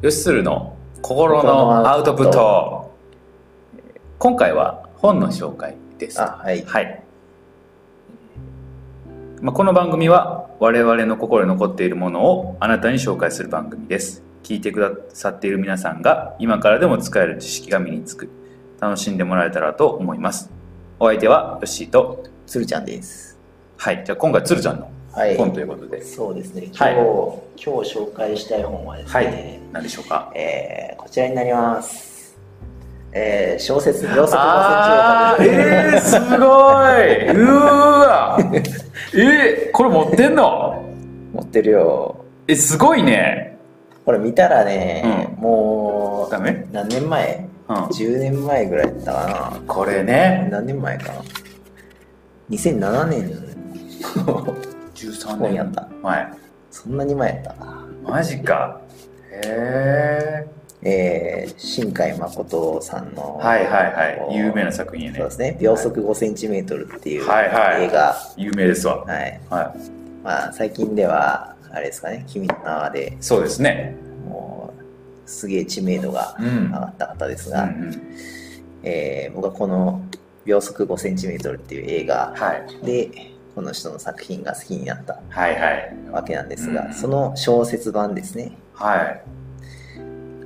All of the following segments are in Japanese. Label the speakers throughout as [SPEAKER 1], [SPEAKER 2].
[SPEAKER 1] ヨシスルの心のアウトプット今回は本の紹介です
[SPEAKER 2] あ、はい。
[SPEAKER 1] はい、まあ、この番組は我々の心に残っているものをあなたに紹介する番組です聞いてくださっている皆さんが今からでも使える知識が身につく楽しんでもらえたらと思いますお相手はヨッシーと
[SPEAKER 2] つるちゃんです。
[SPEAKER 1] はいじゃあ今回つるちゃんの
[SPEAKER 2] はい。
[SPEAKER 1] 本ということで
[SPEAKER 2] そうですね。今日、
[SPEAKER 1] はい
[SPEAKER 2] 今日紹介したい本はですね、
[SPEAKER 1] 何でしょうか
[SPEAKER 2] えー、こちらになります。えー、小説、秒速
[SPEAKER 1] あ
[SPEAKER 2] の
[SPEAKER 1] ー
[SPEAKER 2] 線虫
[SPEAKER 1] えー、
[SPEAKER 2] を
[SPEAKER 1] すごいうーわえー、これ持ってんの
[SPEAKER 2] 持ってるよ。
[SPEAKER 1] えすごいね
[SPEAKER 2] これ見たらね、
[SPEAKER 1] う
[SPEAKER 2] も
[SPEAKER 1] ダメ
[SPEAKER 2] う、何年前
[SPEAKER 1] うん
[SPEAKER 2] ?10 年前ぐらいだったか
[SPEAKER 1] これね
[SPEAKER 2] な。何年前かな ?2007 年。
[SPEAKER 1] 13
[SPEAKER 2] 本やった
[SPEAKER 1] 前
[SPEAKER 2] そんなに前やったな。
[SPEAKER 1] マジかへえ
[SPEAKER 2] えー、新海誠さんの、
[SPEAKER 1] はいはいは
[SPEAKER 2] こう
[SPEAKER 1] い有名な作品やね
[SPEAKER 2] そうですね、秒速5センチメートルっていう映画、
[SPEAKER 1] はいはい有名ですわ
[SPEAKER 2] はい
[SPEAKER 1] はい
[SPEAKER 2] まあ、最近では、あれですかね、君の名はで、
[SPEAKER 1] そうですね
[SPEAKER 2] もう、すげえ知名度が
[SPEAKER 1] うん
[SPEAKER 2] 上がった方です
[SPEAKER 1] う
[SPEAKER 2] が、
[SPEAKER 1] んうん
[SPEAKER 2] えー僕はこの秒速5センチメートルっていう映画
[SPEAKER 1] はい
[SPEAKER 2] で、この人の作品が好きになった
[SPEAKER 1] はいはい
[SPEAKER 2] わけなんですが、
[SPEAKER 1] うん
[SPEAKER 2] その小説版ですね、
[SPEAKER 1] はい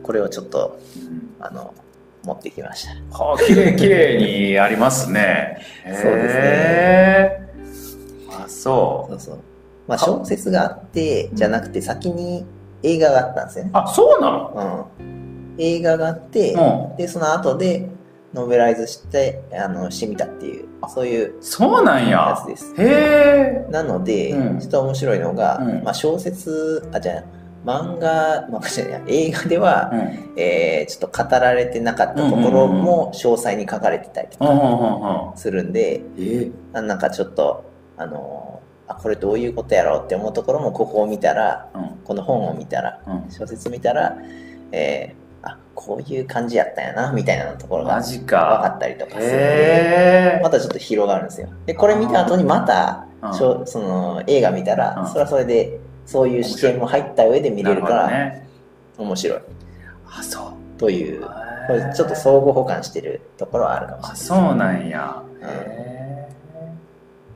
[SPEAKER 2] これをちょっと、
[SPEAKER 1] うん
[SPEAKER 2] あの、持ってきました。
[SPEAKER 1] はあ綺麗綺麗にありますね
[SPEAKER 2] そうです
[SPEAKER 1] へえあそ
[SPEAKER 2] そううそう。まあ、小説があって、じゃなくて先に映画があったんですよね。
[SPEAKER 1] あそうなの
[SPEAKER 2] うん。映画があって、
[SPEAKER 1] うん
[SPEAKER 2] で、その後で、ノベライズして、あの、してみたっていう、そういう
[SPEAKER 1] そうなん
[SPEAKER 2] や
[SPEAKER 1] や
[SPEAKER 2] つです。
[SPEAKER 1] へえ
[SPEAKER 2] なので、
[SPEAKER 1] うん
[SPEAKER 2] ちょっと面白いのが、
[SPEAKER 1] うん
[SPEAKER 2] まあ、小説、あ、じゃあ漫画、漫画じゃない、映画では、
[SPEAKER 1] うん
[SPEAKER 2] えーちょっと語られてなかったところも詳細に書かれてたりとか
[SPEAKER 1] うんうんうんうん
[SPEAKER 2] するんで、
[SPEAKER 1] え
[SPEAKER 2] あなんかちょっと、あのーあ、これどういうことやろうって思うところも、ここを見たら、
[SPEAKER 1] うん
[SPEAKER 2] この本を見たら、
[SPEAKER 1] うん
[SPEAKER 2] 小説見たら、えーあ、こういう感じやったんやな、みたいなところ
[SPEAKER 1] マ
[SPEAKER 2] が分
[SPEAKER 1] ジ
[SPEAKER 2] か
[SPEAKER 1] か
[SPEAKER 2] ったりとかするんで、
[SPEAKER 1] へえ
[SPEAKER 2] またちょっと広がるんですよ。で、これ見た後にまた、
[SPEAKER 1] うん
[SPEAKER 2] しょその映画見たら、
[SPEAKER 1] うん
[SPEAKER 2] それはそれで、そういう視点も入った上で見れるか
[SPEAKER 1] な
[SPEAKER 2] ら、
[SPEAKER 1] るほどね
[SPEAKER 2] 面白い。
[SPEAKER 1] あそう
[SPEAKER 2] という、これちょっと
[SPEAKER 1] う
[SPEAKER 2] 相互補完してるところはあるかもし
[SPEAKER 1] あ
[SPEAKER 2] れないです。
[SPEAKER 1] そうなんや
[SPEAKER 2] ん
[SPEAKER 1] へ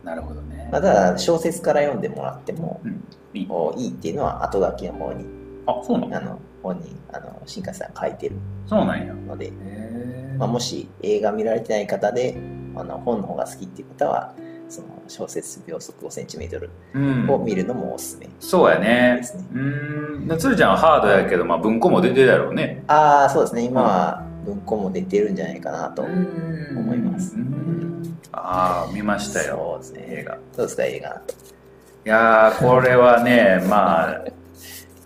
[SPEAKER 1] えなるほどね
[SPEAKER 2] まあ、ただ、小説から読んでもらっても、
[SPEAKER 1] うんいい
[SPEAKER 2] こういいっていうのは後書きの方に
[SPEAKER 1] あそうなん
[SPEAKER 2] あの本にあの新海さんが書いてる
[SPEAKER 1] そうなんや
[SPEAKER 2] ので、
[SPEAKER 1] へえ
[SPEAKER 2] まあ、もし映画見られてない方であの本の方が好きっていう方はその小説「秒速 5cm
[SPEAKER 1] うん」
[SPEAKER 2] を見るのもおすすめ、
[SPEAKER 1] そうやね
[SPEAKER 2] ですね
[SPEAKER 1] うーんでつるちゃんはハードやけどまあ文庫も出てるやろうね
[SPEAKER 2] ああそうですね今は文庫も出てるんじゃないかなと、
[SPEAKER 1] ん
[SPEAKER 2] 思います
[SPEAKER 1] うんああ見ましたよ
[SPEAKER 2] そうですね
[SPEAKER 1] 映画
[SPEAKER 2] そうですか映画
[SPEAKER 1] いやーこれはねまあ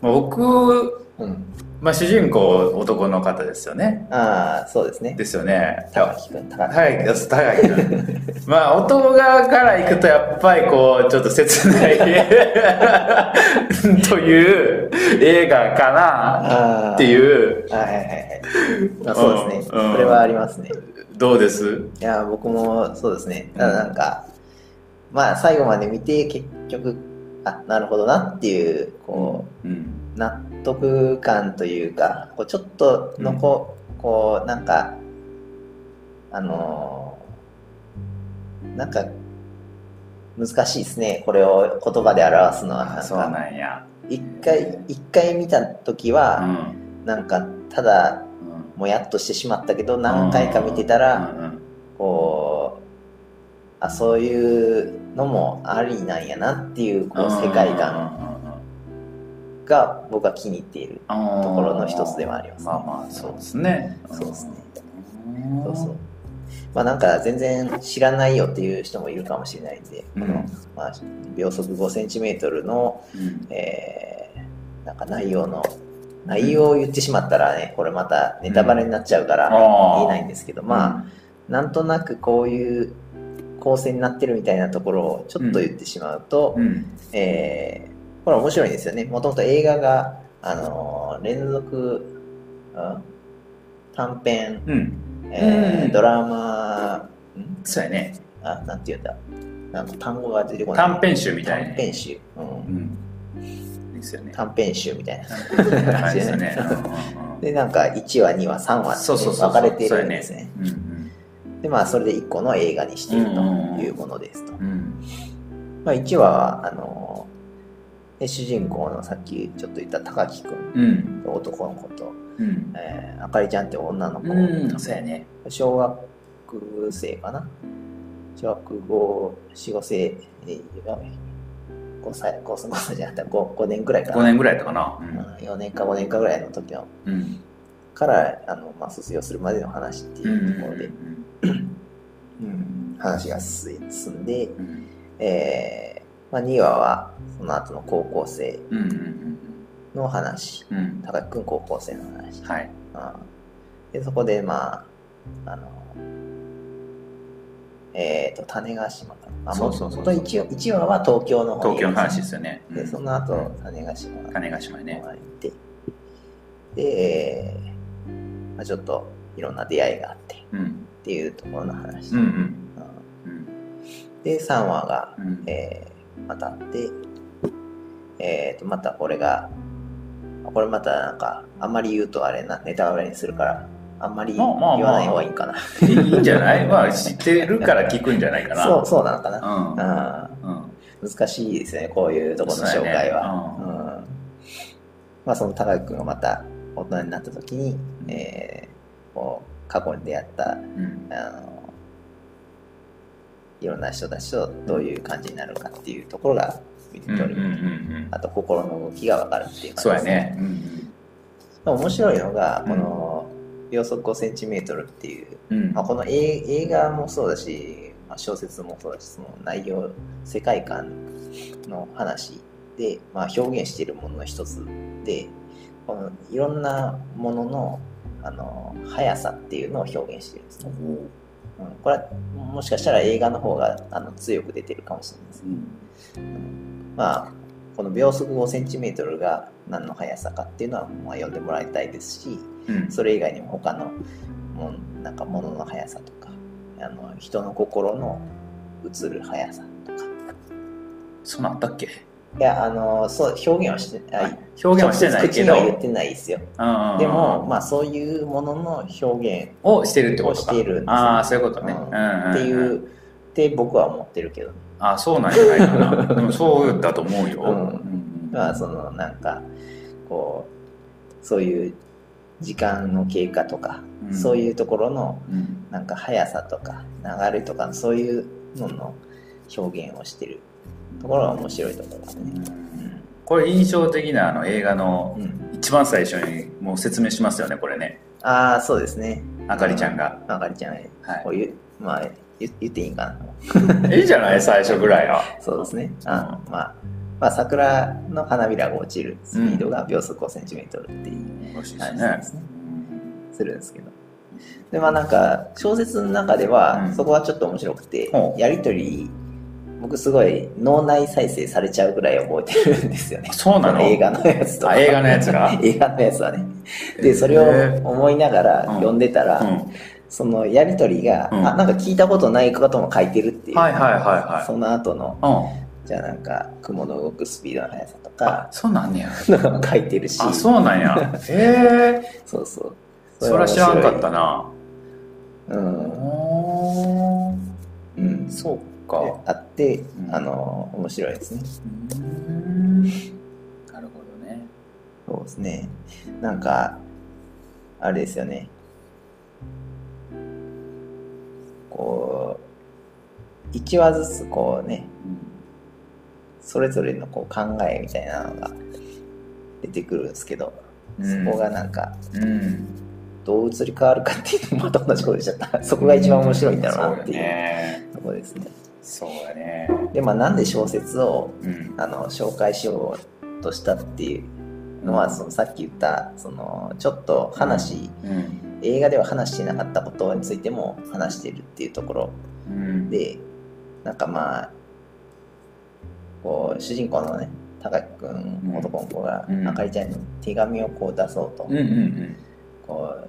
[SPEAKER 1] まあ僕
[SPEAKER 2] うん
[SPEAKER 1] まあ主人公男の方ですよね
[SPEAKER 2] ああそうですね
[SPEAKER 1] ですよねいや
[SPEAKER 2] 高木君高木
[SPEAKER 1] 高いやつ高いけどまあ男側から行くとやっぱりこうちょっと切ない という映画か
[SPEAKER 2] あ
[SPEAKER 1] な
[SPEAKER 2] あ
[SPEAKER 1] って
[SPEAKER 2] う
[SPEAKER 1] いう
[SPEAKER 2] はいはいはいはいあそうですね
[SPEAKER 1] うんうん
[SPEAKER 2] それはありますね
[SPEAKER 1] どうです
[SPEAKER 2] いや僕もそうですねただなんか、まあ最後まで見て結局あなるほどなっていうこ
[SPEAKER 1] うん
[SPEAKER 2] う納得感というかこうちょっとのこ,、こうなんかあのーなんか難しいですねこれを言葉で表すのは
[SPEAKER 1] あ
[SPEAKER 2] なん
[SPEAKER 1] そう
[SPEAKER 2] か
[SPEAKER 1] なんや
[SPEAKER 2] 一回一回見た時
[SPEAKER 1] う
[SPEAKER 2] は、
[SPEAKER 1] ん
[SPEAKER 2] なんかただ
[SPEAKER 1] うん
[SPEAKER 2] もやっとしてしまったけど何回か見てたら、
[SPEAKER 1] うんうん
[SPEAKER 2] こうあそういうのもありなんやなっていうこう世界観が僕は気に入っている
[SPEAKER 1] と
[SPEAKER 2] ところの一つでもありますね
[SPEAKER 1] まあまあそうですね
[SPEAKER 2] そうですね
[SPEAKER 1] うん
[SPEAKER 2] そうそうまあなんか全然知らないよっていう人もいるかもしれないんで、
[SPEAKER 1] うん
[SPEAKER 2] この、まあ、秒速 5cm の、
[SPEAKER 1] うん
[SPEAKER 2] えーなんか内容の内容を言ってしまったらねこれまたネタバレになっちゃうから
[SPEAKER 1] あー
[SPEAKER 2] 言えないんですけど、まあ、なんとなくこういう構成になってるみたいなところをちょっと言ってしまうと、
[SPEAKER 1] うん
[SPEAKER 2] えーこれ面白いんですよね。もともと映画が、あのー連続、うん短編、
[SPEAKER 1] うん
[SPEAKER 2] えー
[SPEAKER 1] うん
[SPEAKER 2] ドラマ、ん
[SPEAKER 1] そうやね
[SPEAKER 2] あ、なんて言うんだ。なんか単語が出てこない。
[SPEAKER 1] 短編集みたいな
[SPEAKER 2] 短編集、うん
[SPEAKER 1] うんですよね。
[SPEAKER 2] 短編集みたいな。
[SPEAKER 1] はいですよね。
[SPEAKER 2] で、なんか1話、2話、3話
[SPEAKER 1] そう
[SPEAKER 2] って
[SPEAKER 1] そうそう
[SPEAKER 2] 分かれているんですね。
[SPEAKER 1] うんうん
[SPEAKER 2] で、まあ、それで1個の映画にしているというものですと。
[SPEAKER 1] うん
[SPEAKER 2] まあ、1話は、あのーで主人公のさっきちょっと言った高木くん、
[SPEAKER 1] うん
[SPEAKER 2] 男の子と、
[SPEAKER 1] うん
[SPEAKER 2] えーあかりちゃんって女の子、
[SPEAKER 1] うんそうやね。
[SPEAKER 2] 小学生かな小学5、4、5生、えー、5歳、5歳、5歳じゃなかった、5, 5年くらいかな。
[SPEAKER 1] 五年ぐらいやったかな。
[SPEAKER 2] 4年か5年かぐらいの時の
[SPEAKER 1] うんうん
[SPEAKER 2] からあの、まあ、卒業するまでの話っていうところで、うん話が進ん進んで、
[SPEAKER 1] うん
[SPEAKER 2] えーまあ、2話はその後の高校生
[SPEAKER 1] うんうん
[SPEAKER 2] の話
[SPEAKER 1] うんうん
[SPEAKER 2] 高木君高校生の話、
[SPEAKER 1] はい。
[SPEAKER 2] うんでそこでまああのえっ、と種子島かなあ
[SPEAKER 1] そうそうそう
[SPEAKER 2] もともと 1, 1話は東京の方に
[SPEAKER 1] 東京の話ですよね。う
[SPEAKER 2] で
[SPEAKER 1] ん
[SPEAKER 2] その後種子島
[SPEAKER 1] 種子島ね。
[SPEAKER 2] 行ってで、えーまあ、ちょっといろんな出会いがあって
[SPEAKER 1] うん
[SPEAKER 2] っていうところの話、
[SPEAKER 1] うんう
[SPEAKER 2] うん
[SPEAKER 1] んうん
[SPEAKER 2] で3話が、
[SPEAKER 1] うん
[SPEAKER 2] えーまたあってえー、とまたこれがこれまたなんかあんまり言うとあれなネタバレにするからあんまり言
[SPEAKER 1] まあまあまあ
[SPEAKER 2] わない方がいいんかな、
[SPEAKER 1] いいんじゃないまあ知ってるから聞くんじゃないかな。
[SPEAKER 2] そうそうなのか
[SPEAKER 1] うん
[SPEAKER 2] な、う
[SPEAKER 1] うん
[SPEAKER 2] ん、難しいですねこういうところの紹介は、
[SPEAKER 1] そううやね
[SPEAKER 2] んまあその高木君がまた大人になった時に、えーこう過去に出会った
[SPEAKER 1] うん
[SPEAKER 2] あのいろんな人たちとどういう感じになるかっていうところが見て
[SPEAKER 1] うんうん
[SPEAKER 2] 取
[SPEAKER 1] う
[SPEAKER 2] れ
[SPEAKER 1] ん
[SPEAKER 2] る、
[SPEAKER 1] うん
[SPEAKER 2] あと心の動きが分かるっていう感じ
[SPEAKER 1] そうや
[SPEAKER 2] です
[SPEAKER 1] ね。うん
[SPEAKER 2] まあ面白いのが
[SPEAKER 1] うん
[SPEAKER 2] この秒速 5cm っていう、
[SPEAKER 1] うんうん
[SPEAKER 2] まあ、この映映画もそうだし、まあ、小説もそうだしその内容世界観の話で、まあ、表現しているものの一つでこのいろんなもののあの速さっていうのを表現しているんですね。うん、これはもしかしたら映画の方があの強く出てるかもしれないですね。まあこの秒速 5cm が何の速さかっていうのは、まあ、読んでもらいたいですし
[SPEAKER 1] うん
[SPEAKER 2] それ以外にも他のもんなんか物の速さとかあの人の心の映る速さとか
[SPEAKER 1] そうなったっけ
[SPEAKER 2] いやあのそう表現はしてない、
[SPEAKER 1] 表現はしてない
[SPEAKER 2] 口
[SPEAKER 1] け
[SPEAKER 2] に
[SPEAKER 1] ど
[SPEAKER 2] は言ってないですよでも、まあ、そういうものの表現
[SPEAKER 1] をしてるってことか
[SPEAKER 2] をしているんですよ
[SPEAKER 1] ああそういうことね、
[SPEAKER 2] う
[SPEAKER 1] うんんうんん
[SPEAKER 2] っていうって僕は思ってるけどね
[SPEAKER 1] ああそうなんじゃないかなでもそうだと思うよ、
[SPEAKER 2] うん
[SPEAKER 1] ん
[SPEAKER 2] まあそのなんかこうそういう時間の経過とか、
[SPEAKER 1] うん
[SPEAKER 2] そういうところの
[SPEAKER 1] うん
[SPEAKER 2] なんか速さとか流れとかそういうのの表現をしてるところが面白いところですね。
[SPEAKER 1] これ印象的なあの映画の
[SPEAKER 2] うん、
[SPEAKER 1] 一番最初にもう説明しますよねこれね
[SPEAKER 2] ああそうですね。
[SPEAKER 1] あかりちゃんが、
[SPEAKER 2] あかりちゃん、い、
[SPEAKER 1] はい
[SPEAKER 2] こういうまあ言言っていいんかな。
[SPEAKER 1] いいじゃない最初ぐらいは
[SPEAKER 2] そうですね。あまあまあ桜の花びらが落ちるスピードが秒速5センチメートルっていう
[SPEAKER 1] らしいです
[SPEAKER 2] 話
[SPEAKER 1] ね
[SPEAKER 2] なんですね。するんですけど。で、まあなんか、小説の中では
[SPEAKER 1] う、ん
[SPEAKER 2] そこはちょっと面白くて、
[SPEAKER 1] ほう
[SPEAKER 2] やりとり、僕すごい脳内再生されちゃうぐらい覚えてるんですよね
[SPEAKER 1] あ。そうなの
[SPEAKER 2] 映画のやつとか。
[SPEAKER 1] あ映画のやつが
[SPEAKER 2] 映画のやつはね。
[SPEAKER 1] え
[SPEAKER 2] で、
[SPEAKER 1] ー
[SPEAKER 2] それを思いながら
[SPEAKER 1] うん
[SPEAKER 2] 読んでたら、
[SPEAKER 1] うん
[SPEAKER 2] そのやりとりが、
[SPEAKER 1] うん
[SPEAKER 2] あ、なんか聞いたことないことも書いてるっていう。
[SPEAKER 1] はいはいはいはい
[SPEAKER 2] その後の、
[SPEAKER 1] うん
[SPEAKER 2] じゃあなんか、雲の動くスピードの速さと
[SPEAKER 1] あ
[SPEAKER 2] か、
[SPEAKER 1] そうなんねや
[SPEAKER 2] なん か書いてるし。
[SPEAKER 1] あそうなん やへえ
[SPEAKER 2] そうそう。
[SPEAKER 1] それは知らんかったな
[SPEAKER 2] た。うん。
[SPEAKER 1] おー
[SPEAKER 2] うん。
[SPEAKER 1] そう
[SPEAKER 2] で
[SPEAKER 1] か
[SPEAKER 2] あって、
[SPEAKER 1] うん
[SPEAKER 2] あの面白いですね。
[SPEAKER 1] なるほどね
[SPEAKER 2] そうですね。なんかあれですよね。こう一話ずつこうねそれぞれのこう考えみたいなのが出てくるんですけど、
[SPEAKER 1] うん
[SPEAKER 2] そこがなんか
[SPEAKER 1] うん
[SPEAKER 2] どう移り変わるかっていうのもまた同じことしちゃった。そこが一番面白いんだろうなって
[SPEAKER 1] そう
[SPEAKER 2] い
[SPEAKER 1] や
[SPEAKER 2] う
[SPEAKER 1] ね
[SPEAKER 2] ところですね。
[SPEAKER 1] そうやね
[SPEAKER 2] でまあなんで小説を
[SPEAKER 1] うん
[SPEAKER 2] あの紹介しようとしたっていうのは、そのさっき言ったそのちょっと話、
[SPEAKER 1] うん
[SPEAKER 2] 映画では話していなかったことについても話しているっていうところ
[SPEAKER 1] うん
[SPEAKER 2] でなんかまあこう主人公のね高木くん男の子が、
[SPEAKER 1] うん
[SPEAKER 2] あかりちゃんに手紙をこう出そうと、
[SPEAKER 1] うんうん
[SPEAKER 2] こう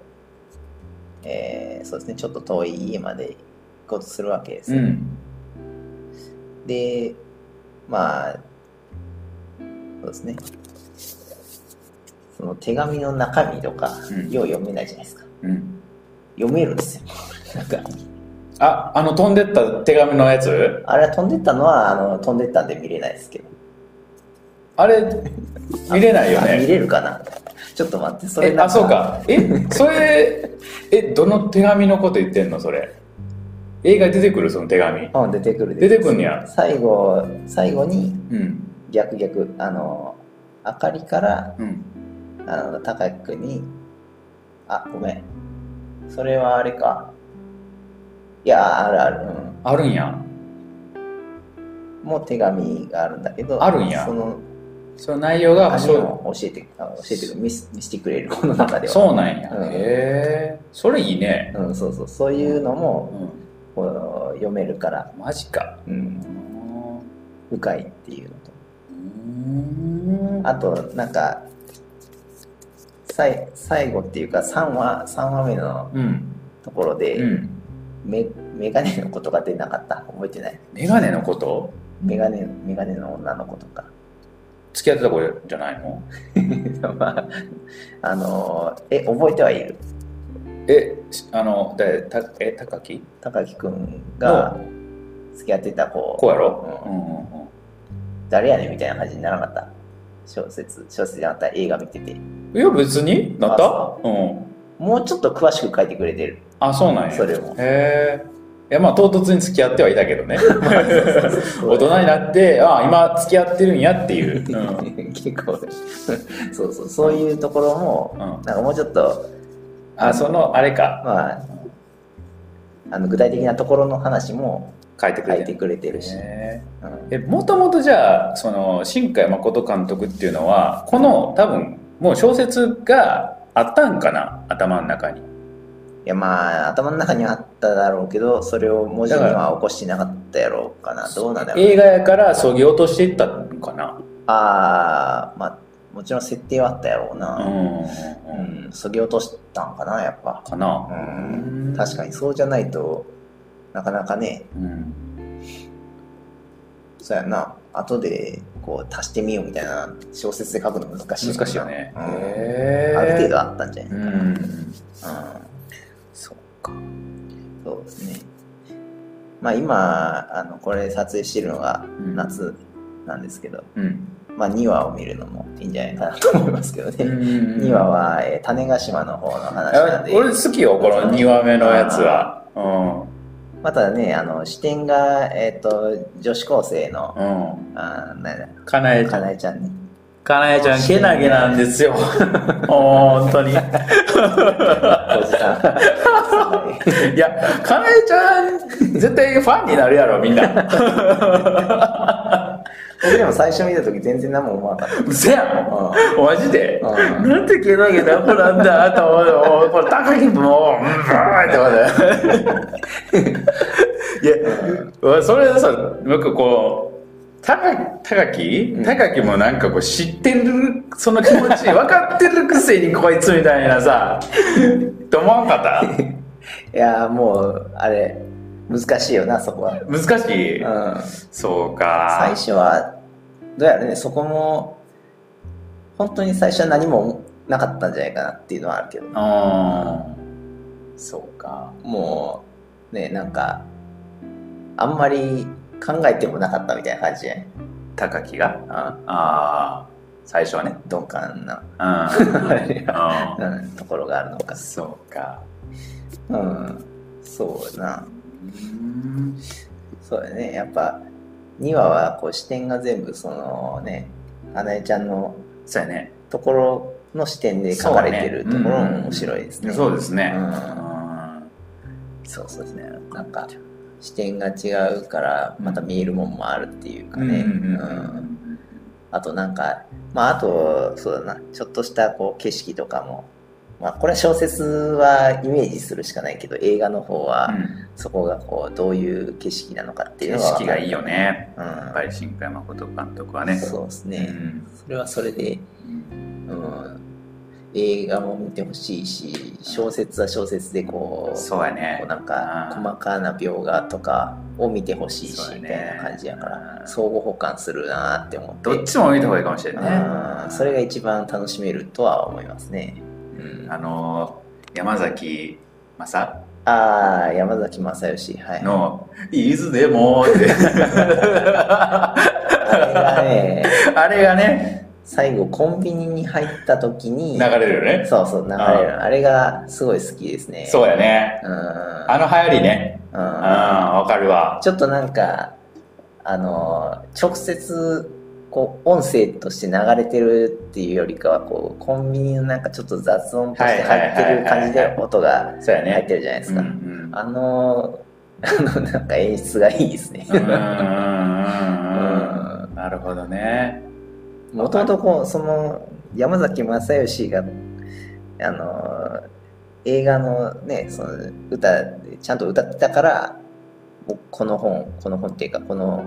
[SPEAKER 2] えーそうですねちょっと遠い家まで行こうとするわけです
[SPEAKER 1] うんう
[SPEAKER 2] よ、
[SPEAKER 1] ん
[SPEAKER 2] でまあそうですね。その手紙の中身とか、
[SPEAKER 1] うん
[SPEAKER 2] よう読めないじゃないですか。
[SPEAKER 1] うん。
[SPEAKER 2] 読めるんですよ。なんか、
[SPEAKER 1] あ、あの飛んでった手紙のやつ
[SPEAKER 2] あれは飛んでったのは、あの、飛んでったんで見れないですけど。
[SPEAKER 1] あれ、見れないよ
[SPEAKER 2] あ見
[SPEAKER 1] ね。
[SPEAKER 2] れるかなちょっと待って、それ
[SPEAKER 1] え、
[SPEAKER 2] なん
[SPEAKER 1] あ、そう。か。え、それ、え、どの手紙のこと言ってんのそれ。映画に出てくるその手紙。
[SPEAKER 2] うん、出てくる
[SPEAKER 1] 出てくんねや。
[SPEAKER 2] 最後、最後に
[SPEAKER 1] うん。
[SPEAKER 2] 逆逆、あの、あかりから、
[SPEAKER 1] うん。
[SPEAKER 2] あの、たかくに、あ、ごめん。それはあれか。いや、あるある。うん
[SPEAKER 1] あるんや。
[SPEAKER 2] もう手紙があるんだけど、
[SPEAKER 1] あるんや
[SPEAKER 2] その
[SPEAKER 1] その内容が、
[SPEAKER 2] 紙
[SPEAKER 1] そう、
[SPEAKER 2] を教えて、あ教えてくれ見せ見せてくれる、この中では。
[SPEAKER 1] そうなんや。
[SPEAKER 2] うん
[SPEAKER 1] へえ。それいいね。
[SPEAKER 2] うん、そうそう。そういうの
[SPEAKER 1] う
[SPEAKER 2] も、
[SPEAKER 1] ん。
[SPEAKER 2] こう読めるから、
[SPEAKER 1] マジか。
[SPEAKER 2] うん、
[SPEAKER 1] う
[SPEAKER 2] 深いっていうの
[SPEAKER 1] ん。
[SPEAKER 2] と。あと、なんか、さい最後っていうか、3話、三話目の
[SPEAKER 1] うん。
[SPEAKER 2] ところで、
[SPEAKER 1] うん。
[SPEAKER 2] メメガネのことが出なかった。覚えてない。
[SPEAKER 1] メガネのこと
[SPEAKER 2] メガネ、メガネの女の子とか。
[SPEAKER 1] 付き合ってた子じゃないの
[SPEAKER 2] まあ、あのー、え、覚えてはいる。
[SPEAKER 1] え、しあの、誰たえ、高木
[SPEAKER 2] 高木くんが付き合ってた子、
[SPEAKER 1] こうやろうんうんうん。
[SPEAKER 2] 誰やねんみたいな感じにならなかった。小説、小説じゃなかった映画見てて。
[SPEAKER 1] いや別になった
[SPEAKER 2] あ
[SPEAKER 1] うん
[SPEAKER 2] もうちょっと詳しく書いてくれてる。
[SPEAKER 1] あそうなんや
[SPEAKER 2] それ も
[SPEAKER 1] へえいやまあ唐突に付き合ってはいたけどね
[SPEAKER 2] そう
[SPEAKER 1] 大人になってあ今付き合ってるんやっていう、うん
[SPEAKER 2] 結構、そうそう、そういうところも、
[SPEAKER 1] うん、
[SPEAKER 2] なんかもうちょっと、
[SPEAKER 1] あそのあれか
[SPEAKER 2] まあ、あの具体的なところの話も
[SPEAKER 1] 書いてく
[SPEAKER 2] 書
[SPEAKER 1] れ
[SPEAKER 2] い
[SPEAKER 1] て
[SPEAKER 2] て
[SPEAKER 1] る
[SPEAKER 2] くれてるし、
[SPEAKER 1] へえ
[SPEAKER 2] うん
[SPEAKER 1] えもともとじゃあその新海誠監督っていうのはこの多分もう小説があったんかな頭の中に
[SPEAKER 2] いやまあ頭の中にはあっただろうけどそれを文字には起こしてなかったやろうかなどうなんだろう
[SPEAKER 1] 映画やからそぎ落としていったのかな
[SPEAKER 2] ああまあもちろん設定はあったやろう
[SPEAKER 1] う
[SPEAKER 2] な、
[SPEAKER 1] ん、
[SPEAKER 2] うんそぎ落としたんかなやっぱ、
[SPEAKER 1] かな
[SPEAKER 2] うん、確かにそうじゃないとなかなかね
[SPEAKER 1] に、うん
[SPEAKER 2] そうやな後でこう足してみようみたいな小説で書くの難しいな
[SPEAKER 1] 難しいよね。
[SPEAKER 2] うん
[SPEAKER 1] へー
[SPEAKER 2] ある程度あったんじゃない、
[SPEAKER 1] う
[SPEAKER 2] うん
[SPEAKER 1] ん。
[SPEAKER 2] そうか。そうですね。まあ今、あの、これ撮影してるのが
[SPEAKER 1] ん
[SPEAKER 2] 夏なんですけど、
[SPEAKER 1] うん。
[SPEAKER 2] まあ2話を見るのもいいんじゃないかなと思いますけどね。2話は、えー種子島の方の話なん
[SPEAKER 1] あ
[SPEAKER 2] で、
[SPEAKER 1] 俺好きよ、この2話目のやつは。う
[SPEAKER 2] またね、あの、視点が、えっ、と、女子高生の、
[SPEAKER 1] ん。うん。
[SPEAKER 2] あーなんだ、
[SPEAKER 1] かなえち
[SPEAKER 2] か
[SPEAKER 1] ゃん。
[SPEAKER 2] なえちゃんね。
[SPEAKER 1] かなえちゃん、けなげなんです よ。本当に。い
[SPEAKER 2] おじさん。はい
[SPEAKER 1] や、かなえちゃん、絶対ファンになるやろ、みんな。
[SPEAKER 2] 僕でも最初見た時全然何も思わなかっ
[SPEAKER 1] うせや
[SPEAKER 2] た。うん
[SPEAKER 1] ん。 マジで。
[SPEAKER 2] うん
[SPEAKER 1] なんてけなげな子なんだと思うおいこれ高木もううんうん ってこといやそれでさ僕こう高高木
[SPEAKER 2] うん
[SPEAKER 1] 高木もなんかこう知ってるその気持 ち分かってるくせにこいつみたいなさと思わんか った
[SPEAKER 2] いやーもう、あれ、難しいよな、そこは。
[SPEAKER 1] 難しい
[SPEAKER 2] うん。
[SPEAKER 1] そう
[SPEAKER 2] 最
[SPEAKER 1] か
[SPEAKER 2] 初は、どうやらね、そこも、本当に最初は何もなかったんじゃないかなっていうのはあるけど、
[SPEAKER 1] うんそうか
[SPEAKER 2] もう、ね、なんか、あんまり考えてもなかったみたいな感じで、
[SPEAKER 1] 高木が
[SPEAKER 2] あ
[SPEAKER 1] ああ最初はね
[SPEAKER 2] 鈍感な、
[SPEAKER 1] うんうん
[SPEAKER 2] うん、ところがあるのか。
[SPEAKER 1] そうか
[SPEAKER 2] うん。そうやな。
[SPEAKER 1] うん
[SPEAKER 2] そうだね。やっぱ、2話はこう視点が全部、そのね、花江ちゃんの
[SPEAKER 1] そうやね
[SPEAKER 2] ところの視点で書かれてるところも面白いですね。
[SPEAKER 1] そうですね
[SPEAKER 2] う
[SPEAKER 1] うん
[SPEAKER 2] そうそうですね。なんか、視点が違うから、また見えるもんもあるっていうかね。
[SPEAKER 1] うん
[SPEAKER 2] うんあとなんか、まああと、そうだな、ちょっとしたこう景色とかも、まあこれは小説はイメージするしかないけど、映画の方は、
[SPEAKER 1] うん
[SPEAKER 2] そこがこう、どういう景色なのかっていう
[SPEAKER 1] 景
[SPEAKER 2] のが
[SPEAKER 1] 色がいいよね
[SPEAKER 2] うん。
[SPEAKER 1] やっぱり新海誠監督はね
[SPEAKER 2] そうです
[SPEAKER 1] う
[SPEAKER 2] ね。
[SPEAKER 1] ん
[SPEAKER 2] それはそれで、うん、映画も見てほしいし、小説は小説でこう、
[SPEAKER 1] そうやね
[SPEAKER 2] こうなんか細かな描画とかを見てほしいし、
[SPEAKER 1] そうやね
[SPEAKER 2] みたいな感じやから、相互補完するなーって思って。
[SPEAKER 1] どっちも見た方がいいかもしれないね。
[SPEAKER 2] あーそれが一番楽しめるとは思いますね。
[SPEAKER 1] うん、あのー山崎正
[SPEAKER 2] ああ、山崎正義。はい。
[SPEAKER 1] の「いつでも」 って
[SPEAKER 2] あれがね、
[SPEAKER 1] あれがね
[SPEAKER 2] 最後コンビニに入った時に、
[SPEAKER 1] 流れるよね
[SPEAKER 2] そうそう、流れる。
[SPEAKER 1] あ
[SPEAKER 2] あれがすごい好きですね。
[SPEAKER 1] そうやね
[SPEAKER 2] うん。
[SPEAKER 1] あの流行りね
[SPEAKER 2] う
[SPEAKER 1] うん
[SPEAKER 2] ん
[SPEAKER 1] わかるわ
[SPEAKER 2] ちょっとなんか、あの、直接、こう、音声として流れてるっていうよりかは、こう、コンビニのなんかちょっと雑音として入ってる感じ
[SPEAKER 1] はいはいはいはい
[SPEAKER 2] で音が
[SPEAKER 1] そうや
[SPEAKER 2] 入っ
[SPEAKER 1] ね
[SPEAKER 2] てるじゃないです
[SPEAKER 1] うんう
[SPEAKER 2] か。
[SPEAKER 1] ん
[SPEAKER 2] あの、あの、なんか演出がいいですね。
[SPEAKER 1] うんうんうんうんなるほどね
[SPEAKER 2] もともとこう、その、山崎正義が、あの、映画のね、その歌、ちゃんと歌ってたから、僕この本、この本っていうか、この、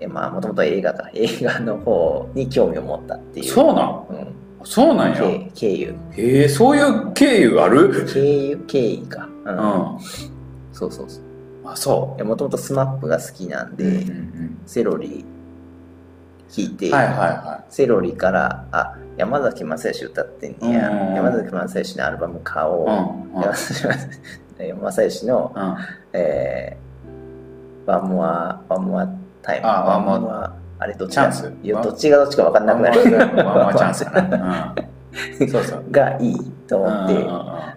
[SPEAKER 2] えまあ、もともと映画か、映画の方に興味を持ったっていう。
[SPEAKER 1] そうなん
[SPEAKER 2] うん。
[SPEAKER 1] そうなんや
[SPEAKER 2] 経経由。
[SPEAKER 1] へえそういう経由ある
[SPEAKER 2] 経由、経緯か。う。
[SPEAKER 1] うんん
[SPEAKER 2] そうそうそう。
[SPEAKER 1] あそ
[SPEAKER 2] いや、もともとスマップが好きなん
[SPEAKER 1] う
[SPEAKER 2] で、
[SPEAKER 1] うんうん
[SPEAKER 2] セロリ聞いて、
[SPEAKER 1] うんはいはいは
[SPEAKER 2] セロリから、あ、山崎正義歌ってんねや
[SPEAKER 1] うんうんうん。
[SPEAKER 2] 山崎正義のアルバム買お。
[SPEAKER 1] いううんうん
[SPEAKER 2] 山崎正義の、
[SPEAKER 1] うん
[SPEAKER 2] えー、ワンモア、ワンモアタイム。
[SPEAKER 1] あワンモア
[SPEAKER 2] ア。あれどっち
[SPEAKER 1] チャ
[SPEAKER 2] だ
[SPEAKER 1] ンス
[SPEAKER 2] いや、どっちがどっちか分かんなくなる。
[SPEAKER 1] ワンワンワンワンチャンスかなうんそうそう
[SPEAKER 2] がいいと思っ
[SPEAKER 1] うんうんうん
[SPEAKER 2] て、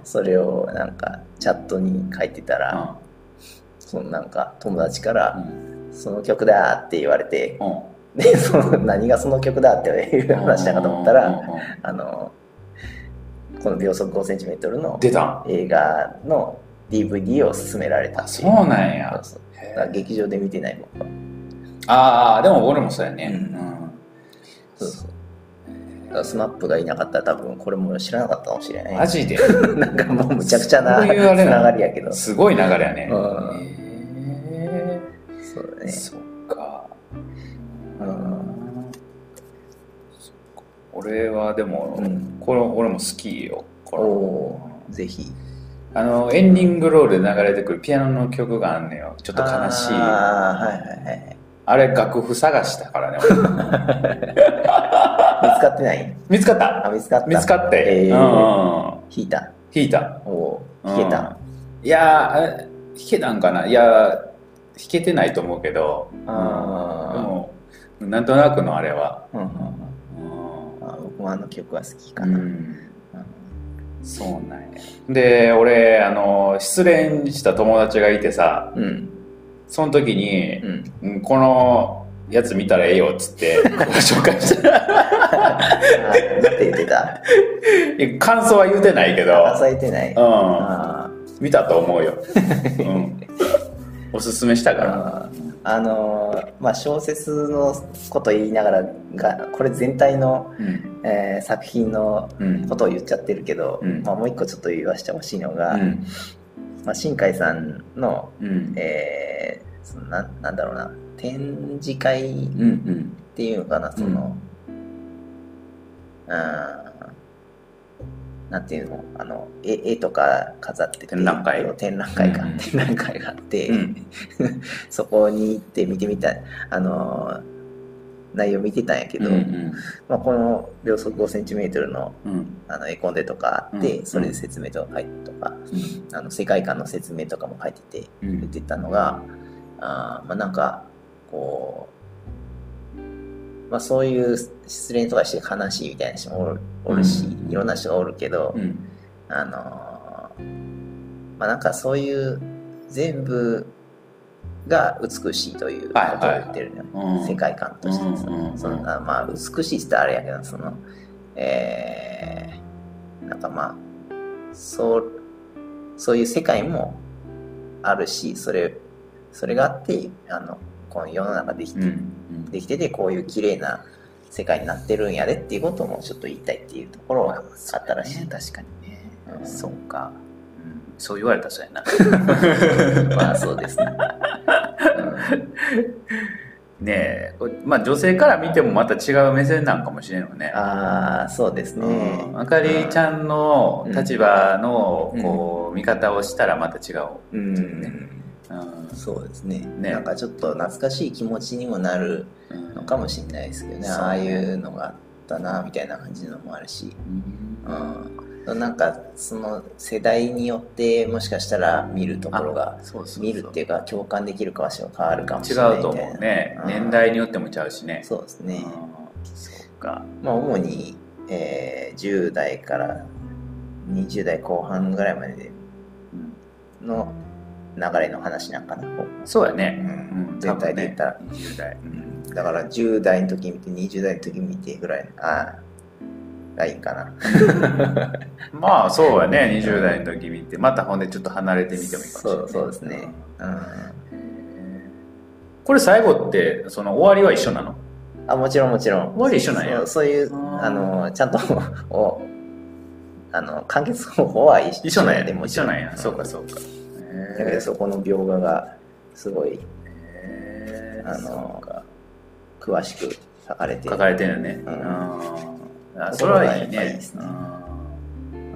[SPEAKER 2] それをなんかチャットに書いてたら、そのなんか友達から、その曲だって言われて、
[SPEAKER 1] うんうん
[SPEAKER 2] で、その何がその曲だっていう話だかと思ったら、
[SPEAKER 1] うんうんうんうん
[SPEAKER 2] あの、この秒速 5cm の
[SPEAKER 1] 出たん
[SPEAKER 2] 映画の DVD を勧められたってい
[SPEAKER 1] そうなんや
[SPEAKER 2] そうそう
[SPEAKER 1] へ
[SPEAKER 2] だ
[SPEAKER 1] え
[SPEAKER 2] から劇場で見てない僕は。
[SPEAKER 1] ああでも俺もそうやね
[SPEAKER 2] うん
[SPEAKER 1] うん
[SPEAKER 2] そうそう。だからスマップがいなかったら多分これも知らなかったかもしれな
[SPEAKER 1] マ
[SPEAKER 2] い。
[SPEAKER 1] ジで
[SPEAKER 2] なんかもうむちゃくちゃな
[SPEAKER 1] そう
[SPEAKER 2] つ
[SPEAKER 1] いうあれなの
[SPEAKER 2] ながりやけど。
[SPEAKER 1] すごい流れやね
[SPEAKER 2] うん
[SPEAKER 1] へ
[SPEAKER 2] そうだ
[SPEAKER 1] え
[SPEAKER 2] ね。
[SPEAKER 1] そっか
[SPEAKER 2] うん
[SPEAKER 1] そっか俺はでも
[SPEAKER 2] うん
[SPEAKER 1] これ俺も好きよこれ
[SPEAKER 2] おおーぜひ。
[SPEAKER 1] あのエンディングロールで流れてくるピアノの曲があんねよちょっと悲しいあ
[SPEAKER 2] ああ、はいはいはい。
[SPEAKER 1] れ楽譜探したからね 俺
[SPEAKER 2] 見つかってない
[SPEAKER 1] 見つかった
[SPEAKER 2] あ、見つかった。
[SPEAKER 1] 見つかって、
[SPEAKER 2] えー
[SPEAKER 1] うんうん
[SPEAKER 2] 弾いた。
[SPEAKER 1] 弾いた
[SPEAKER 2] おお弾けた。
[SPEAKER 1] うんいやーえ弾けたんかないやー弾けてないと思うけどで
[SPEAKER 2] あ
[SPEAKER 1] もなんとなくのあれは、
[SPEAKER 2] あ。うんうん
[SPEAKER 1] うん
[SPEAKER 2] あ僕もあの曲は好きかな。
[SPEAKER 1] うんそうなんやで俺あの失恋した友達がいてさ
[SPEAKER 2] うん。
[SPEAKER 1] その時に
[SPEAKER 2] う、ん。
[SPEAKER 1] うんこのやつ見たらええよっつってご紹介した
[SPEAKER 2] あーなんて言って た。
[SPEAKER 1] いや感想は言うてないけど、
[SPEAKER 2] あ咲いてない。あ
[SPEAKER 1] うん、見たと思う よ、うん、おすすめしたから
[SPEAKER 2] ああのーまあ小説のこと言いながらがこれ全体の、
[SPEAKER 1] うん
[SPEAKER 2] えー作品の
[SPEAKER 1] うん
[SPEAKER 2] ことを言っちゃってるけど、
[SPEAKER 1] うん
[SPEAKER 2] まあ、もう一個ちょっと言わせてほしいのが、
[SPEAKER 1] うん
[SPEAKER 2] まあ、新海さんの,、
[SPEAKER 1] うん
[SPEAKER 2] えーそのなんなんだろうな展示会っ
[SPEAKER 1] うん
[SPEAKER 2] ていうのかなその、うーん、なんていうのあの絵絵とか飾ってて
[SPEAKER 1] 展覧会
[SPEAKER 2] 展覧会か、
[SPEAKER 1] うん
[SPEAKER 2] 展覧会があって、
[SPEAKER 1] うん
[SPEAKER 2] そこに行って見てみたい、あのー内容見てたんやけ
[SPEAKER 1] うん
[SPEAKER 2] ど、
[SPEAKER 1] うん
[SPEAKER 2] まあ、この秒速 5cm の
[SPEAKER 1] うん
[SPEAKER 2] あの絵コンテとかあって、
[SPEAKER 1] うん
[SPEAKER 2] それで説明とか書いてとか、あの世界観の説明とかも書いてて
[SPEAKER 1] う
[SPEAKER 2] 出
[SPEAKER 1] ん
[SPEAKER 2] てたのがあー、まあ、なんかこう、まあ、そういう失恋とかして悲しいみたいな人もおるおるし、
[SPEAKER 1] うん
[SPEAKER 2] いろんな人がおるけど、
[SPEAKER 1] うん
[SPEAKER 2] あのーまあなんかそういう全部が美しいということを言ってるね、
[SPEAKER 1] うん
[SPEAKER 2] 世界観としてですね、
[SPEAKER 1] うんうんうん
[SPEAKER 2] そのあまあ美しいって言ったらあれやけどそのえーなんかまあそうそういう世界もあるしそれそれがあってあのこの世の中できて,、
[SPEAKER 1] うんうん
[SPEAKER 2] できててこういう綺麗な世界になってるんやでっていうこともちょっと言いたいっていうところはあったらしい、
[SPEAKER 1] 確かにね
[SPEAKER 2] うん
[SPEAKER 1] そうかうんそう言われたそうやな
[SPEAKER 2] まあそうですね。
[SPEAKER 1] ねえこれまあ女性から見てもまた違う目線なんかもしれんわね
[SPEAKER 2] ああ、そうですね
[SPEAKER 1] う。んあかりちゃんの立場の
[SPEAKER 2] うん
[SPEAKER 1] こう見方をしたらまた違う
[SPEAKER 2] うん。
[SPEAKER 1] うん
[SPEAKER 2] そうですね
[SPEAKER 1] ね
[SPEAKER 2] なんかちょっと懐かしい気持ちにもなる
[SPEAKER 1] うん
[SPEAKER 2] のかもしれないですけどね
[SPEAKER 1] そう
[SPEAKER 2] ああいうのがあったなみたいな感じのもあるし、
[SPEAKER 1] うん
[SPEAKER 2] うん、なんかその世代によってもしかしたら見るところが
[SPEAKER 1] そうそうそう
[SPEAKER 2] 見るっていうか共感できるかは変わるかもし
[SPEAKER 1] 違
[SPEAKER 2] れないうみ
[SPEAKER 1] と
[SPEAKER 2] たい
[SPEAKER 1] 思
[SPEAKER 2] な
[SPEAKER 1] うね
[SPEAKER 2] うん
[SPEAKER 1] 年代によってもちゃうしね
[SPEAKER 2] そうです
[SPEAKER 1] う
[SPEAKER 2] ね、
[SPEAKER 1] んそうか
[SPEAKER 2] まあ、主に、えー10代から20代後半ぐらいまで
[SPEAKER 1] うん
[SPEAKER 2] の流れの話なんかな、こ
[SPEAKER 1] そうや
[SPEAKER 2] うう、
[SPEAKER 1] ねうんん
[SPEAKER 2] 全体で言ったら、
[SPEAKER 1] 多分ね20代うん
[SPEAKER 2] だから10代の時見て20代の時見てぐらいあーラインかな
[SPEAKER 1] まあそうやね20代の時見てまたほんでちょっと離れてみてもいいかもしれない
[SPEAKER 2] そうそうですね、うん
[SPEAKER 1] これ最後ってその終わりは一緒なの
[SPEAKER 2] あもちろんもちろん
[SPEAKER 1] 終わり一緒なんや
[SPEAKER 2] そうそういう
[SPEAKER 1] あー
[SPEAKER 2] あのちゃんとおあの完結方法は一
[SPEAKER 1] 一緒なんや
[SPEAKER 2] でもち
[SPEAKER 1] 一緒
[SPEAKER 2] ろ
[SPEAKER 1] なんやそうか
[SPEAKER 2] だ
[SPEAKER 1] そうか
[SPEAKER 2] けどそこの描画がすごい
[SPEAKER 1] へー
[SPEAKER 2] あ
[SPEAKER 1] そう
[SPEAKER 2] の
[SPEAKER 1] か
[SPEAKER 2] 詳しく書かれて
[SPEAKER 1] 書かれてるよね
[SPEAKER 2] う
[SPEAKER 1] う
[SPEAKER 2] ん
[SPEAKER 1] んあそれはいい
[SPEAKER 2] そこがやっぱいい
[SPEAKER 1] ね
[SPEAKER 2] ですね
[SPEAKER 1] うん
[SPEAKER 2] うん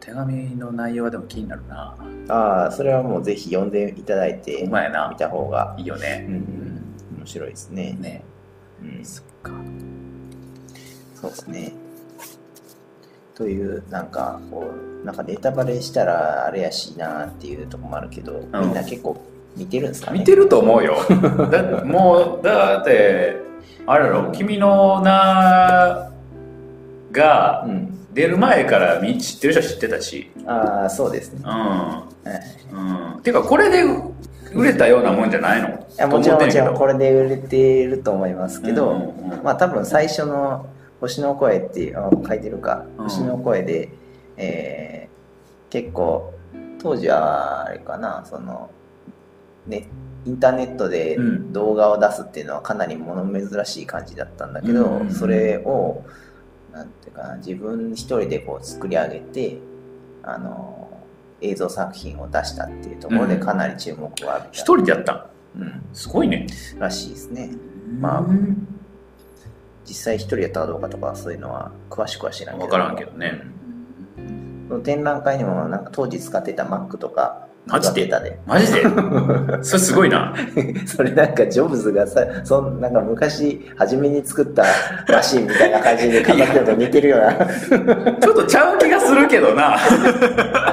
[SPEAKER 1] 手紙の内容はでも気になるな
[SPEAKER 2] ああそれはもうぜひ読んでいただいて
[SPEAKER 1] ほん
[SPEAKER 2] 見
[SPEAKER 1] まやな
[SPEAKER 2] た方が
[SPEAKER 1] いいよ
[SPEAKER 2] う
[SPEAKER 1] ね
[SPEAKER 2] ん面白いですね
[SPEAKER 1] ね
[SPEAKER 2] うん
[SPEAKER 1] そっか
[SPEAKER 2] そうですねというなんかこうなんかネタバレしたらあれやしなっていうとこもあるけどみんな結構見てるんですかね
[SPEAKER 1] 見てると思うよだもうだってあれやろ「君の名」が
[SPEAKER 2] うん
[SPEAKER 1] 出る前からみ知ってる人は知ってたし
[SPEAKER 2] ああそうですね
[SPEAKER 1] う
[SPEAKER 2] はい
[SPEAKER 1] んうんてかこれで売れたようなもんじゃないの
[SPEAKER 2] いやもちろん
[SPEAKER 1] と思
[SPEAKER 2] も
[SPEAKER 1] っ
[SPEAKER 2] ち
[SPEAKER 1] て
[SPEAKER 2] ろん
[SPEAKER 1] けど
[SPEAKER 2] これで売れてると思いますけど、
[SPEAKER 1] うんうん
[SPEAKER 2] まあ多分最初の「星の声」っていうあ書いてるか「
[SPEAKER 1] うん
[SPEAKER 2] 星の声で」えー結構当時はあれかなそのねインターネットで
[SPEAKER 1] うん
[SPEAKER 2] 動画を出すっていうのはかなり物珍しい感じだったんだけど、
[SPEAKER 1] うんうんうん
[SPEAKER 2] それをなんていうかな自分一人でこう作り上げてあの映像作品を出したっていうところでかなり注目を浴び
[SPEAKER 1] 一
[SPEAKER 2] た、
[SPEAKER 1] 人でやったん
[SPEAKER 2] うん、
[SPEAKER 1] すごいね
[SPEAKER 2] らしいですね
[SPEAKER 1] ま
[SPEAKER 2] ま
[SPEAKER 1] あ
[SPEAKER 2] あ実際一人やったかどうかとかそういうのは詳しくは知らんけど
[SPEAKER 1] 分からんけどね
[SPEAKER 2] その展覧会にもなんか当時使ってた Mac とか
[SPEAKER 1] マジで
[SPEAKER 2] 使って
[SPEAKER 1] マジで それすごいな
[SPEAKER 2] たで それなんかジョブズがさそんなんか昔初めに作ったマシンみたいな感じで飾ってるの似てるような
[SPEAKER 1] ちょっとちゃう気がするけどな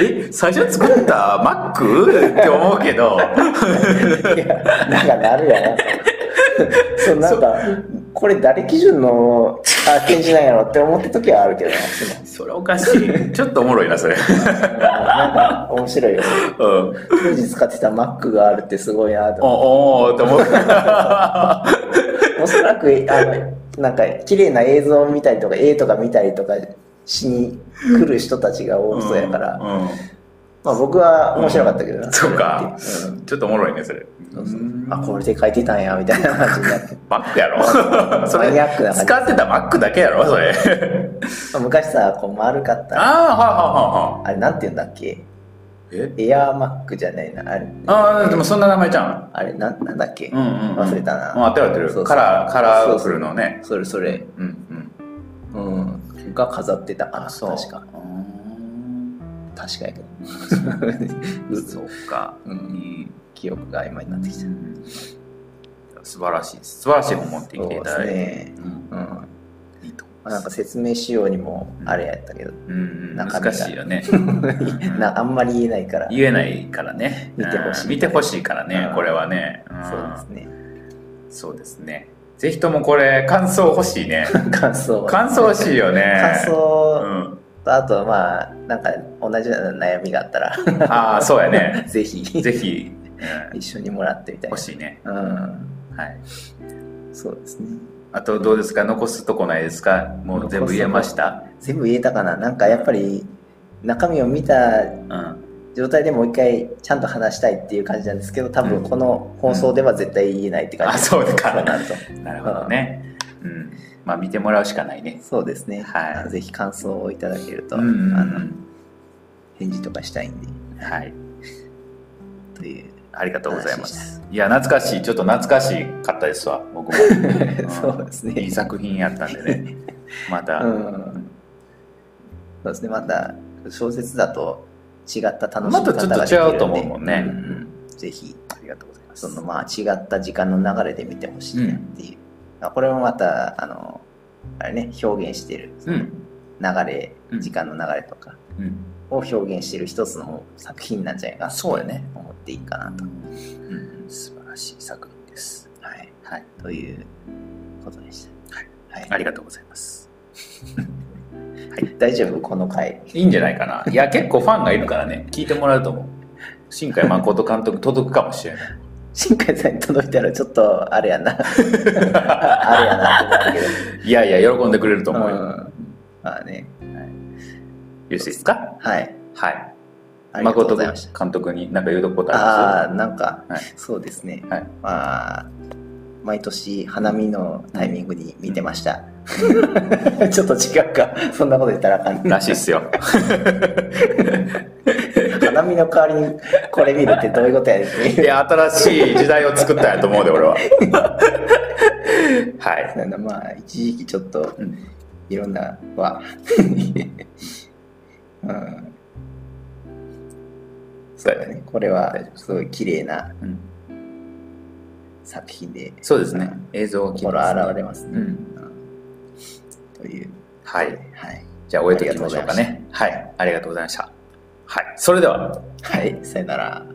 [SPEAKER 1] え最初作ったマックって思うけど
[SPEAKER 2] いや なんかなるやな そうなんかこれ誰基準のあ展示なんやろって思った時はあるけどな
[SPEAKER 1] それおかしいちょっとおもろいなそれ
[SPEAKER 2] うんなんか面白いよね
[SPEAKER 1] うん
[SPEAKER 2] 当時使ってた Mac があるってすごいなと思って
[SPEAKER 1] おおーって思う
[SPEAKER 2] おそらくあのなんか綺麗な映像を見たりとか絵とか見たりとかしに来る人たちが多 そうやから、
[SPEAKER 1] うん
[SPEAKER 2] まあ、僕は面白かったけどな、
[SPEAKER 1] うんそうか
[SPEAKER 2] それって
[SPEAKER 1] ちょっとおもろいねそれ
[SPEAKER 2] うんそうそうあこれで書いてたんやみたいな感じになって
[SPEAKER 1] マックや ろそ
[SPEAKER 2] マニ
[SPEAKER 1] れ
[SPEAKER 2] アックな感じ
[SPEAKER 1] 使ってたマックだけやろそれ
[SPEAKER 2] まあ昔さこう丸かっ
[SPEAKER 1] ああ
[SPEAKER 2] た
[SPEAKER 1] ははは
[SPEAKER 2] あれなんて言うんだっけ
[SPEAKER 1] え
[SPEAKER 2] エアーマックじゃないなあれ
[SPEAKER 1] ああでもそんな名前ちゃうん
[SPEAKER 2] あれなんなんだっけ、
[SPEAKER 1] うんうん、うん、
[SPEAKER 2] 忘れたな
[SPEAKER 1] あ合ってる合ってる
[SPEAKER 2] そうそう
[SPEAKER 1] カラーカラーフルのね
[SPEAKER 2] それそれ、
[SPEAKER 1] うんうん
[SPEAKER 2] うん、が飾ってたかな確か
[SPEAKER 1] うん
[SPEAKER 2] 確かやけど
[SPEAKER 1] そ
[SPEAKER 2] 嘘
[SPEAKER 1] うか、
[SPEAKER 2] う、
[SPEAKER 1] うんん、
[SPEAKER 2] 記憶が曖昧になってきた
[SPEAKER 1] 素晴らしいです素晴らしい本持ってきていただいて
[SPEAKER 2] そうですね
[SPEAKER 1] うん
[SPEAKER 2] うん
[SPEAKER 1] いいと思い
[SPEAKER 2] まあ
[SPEAKER 1] ます
[SPEAKER 2] なんか説明しようにもあれやったけど、
[SPEAKER 1] うんうん、
[SPEAKER 2] 中身が
[SPEAKER 1] 難しいよ ね
[SPEAKER 2] なあんまり言えないから、
[SPEAKER 1] 言えないからね
[SPEAKER 2] 見てほしい
[SPEAKER 1] うん見てほしいからね
[SPEAKER 2] うん
[SPEAKER 1] これはね、うん
[SPEAKER 2] そうですね。
[SPEAKER 1] そうですねぜひともこれ感想欲しい ね
[SPEAKER 2] 感想は
[SPEAKER 1] 感想欲しいよね
[SPEAKER 2] 感想
[SPEAKER 1] うん、
[SPEAKER 2] と、あとはまあ、なんか同じような悩みがあったら、
[SPEAKER 1] ああそうやね
[SPEAKER 2] ぜひ、
[SPEAKER 1] ぜひ、うん
[SPEAKER 2] 一緒にもらってみたいな
[SPEAKER 1] 欲。しいね
[SPEAKER 2] うん、
[SPEAKER 1] はい
[SPEAKER 2] そうですね。
[SPEAKER 1] あとどうですか残すとこないですかもう全部言えました
[SPEAKER 2] 全部言えたかななんかやっぱり、中身を見た
[SPEAKER 1] うん
[SPEAKER 2] 状態でもう一回ちゃんと話したいっていう感じなんですけど、多分この放送では絶対言えないって感じ、
[SPEAKER 1] あそうか
[SPEAKER 2] なると。
[SPEAKER 1] なるほどねうんまあ見てもらうしかないね
[SPEAKER 2] そうですね。
[SPEAKER 1] はい
[SPEAKER 2] あのぜひ感想をいただけると、
[SPEAKER 1] うんうん
[SPEAKER 2] あの返事とかしたいんで、
[SPEAKER 1] うんはい
[SPEAKER 2] という。
[SPEAKER 1] ありがとうございます。いや、懐かしい。ちょっと懐かしかったですわ、僕も。ん
[SPEAKER 2] そうですね
[SPEAKER 1] いい作品やったんでね。また、
[SPEAKER 2] うんそうですね、また小説だと違った楽し
[SPEAKER 1] ま
[SPEAKER 2] み方
[SPEAKER 1] た
[SPEAKER 2] ができ
[SPEAKER 1] ち
[SPEAKER 2] るんで、
[SPEAKER 1] ょっと違うと思うもんね。
[SPEAKER 2] う
[SPEAKER 1] うんん
[SPEAKER 2] ぜひ
[SPEAKER 1] ありがとうございます。
[SPEAKER 2] そのまあ違った時間の流れで見てほしいなっていう、まあこれもまたあのあれね表現してるその
[SPEAKER 1] う
[SPEAKER 2] 流
[SPEAKER 1] ん
[SPEAKER 2] れ、
[SPEAKER 1] うん
[SPEAKER 2] 時間の流れとか
[SPEAKER 1] うん、
[SPEAKER 2] を表現してる一つの作品なんじゃないかな
[SPEAKER 1] そうやね
[SPEAKER 2] 思っていいかなと、うん
[SPEAKER 1] 素晴らしい作品です。
[SPEAKER 2] はい、
[SPEAKER 1] はい、
[SPEAKER 2] ということでした、はい
[SPEAKER 1] ありがとうござい ます。
[SPEAKER 2] 大丈夫この回
[SPEAKER 1] いいんじゃないかな。いや、結構ファンがいるからね、聞いてもらうと思う。新海誠監督届くかもしれない。
[SPEAKER 2] 新海さんに届いたらちょっとあれやな あれやなって思う
[SPEAKER 1] いやいや、喜んでくれると
[SPEAKER 2] けど
[SPEAKER 1] 思うよ。
[SPEAKER 2] うんまあね
[SPEAKER 1] よろしいですか
[SPEAKER 2] はい
[SPEAKER 1] はい。
[SPEAKER 2] ありがとうご
[SPEAKER 1] 誠
[SPEAKER 2] ざいました
[SPEAKER 1] 監督に何か言うとくことあ
[SPEAKER 2] あ
[SPEAKER 1] り
[SPEAKER 2] あ、なんか、
[SPEAKER 1] はい
[SPEAKER 2] そうですね。
[SPEAKER 1] はい
[SPEAKER 2] まあ、毎年、花見のタイミングに見てました。 ちょっと違うか。そんなこと言ったらあかん
[SPEAKER 1] ます
[SPEAKER 2] な。
[SPEAKER 1] らしいっすよ。
[SPEAKER 2] 花見の代わりにこれ見るってどういうことやねんって
[SPEAKER 1] い
[SPEAKER 2] いう。
[SPEAKER 1] や、新しい時代を作ったんやと思うで、俺 は。はい。
[SPEAKER 2] なんだまあ、一時期ちょっと
[SPEAKER 1] うん、
[SPEAKER 2] いろんな、は、うん、
[SPEAKER 1] そう
[SPEAKER 2] だ
[SPEAKER 1] やね。
[SPEAKER 2] ねこれは、すごい綺麗な
[SPEAKER 1] うん
[SPEAKER 2] 作品で、
[SPEAKER 1] そうですね。映像が綺麗
[SPEAKER 2] 心
[SPEAKER 1] です
[SPEAKER 2] 洗われます
[SPEAKER 1] ね。う
[SPEAKER 2] ね。
[SPEAKER 1] ん。
[SPEAKER 2] という、
[SPEAKER 1] はい。
[SPEAKER 2] はい。
[SPEAKER 1] じゃあ終えておきましょうかね。はい。ありがとうございました。はい。それでは、
[SPEAKER 2] はい、さよなら。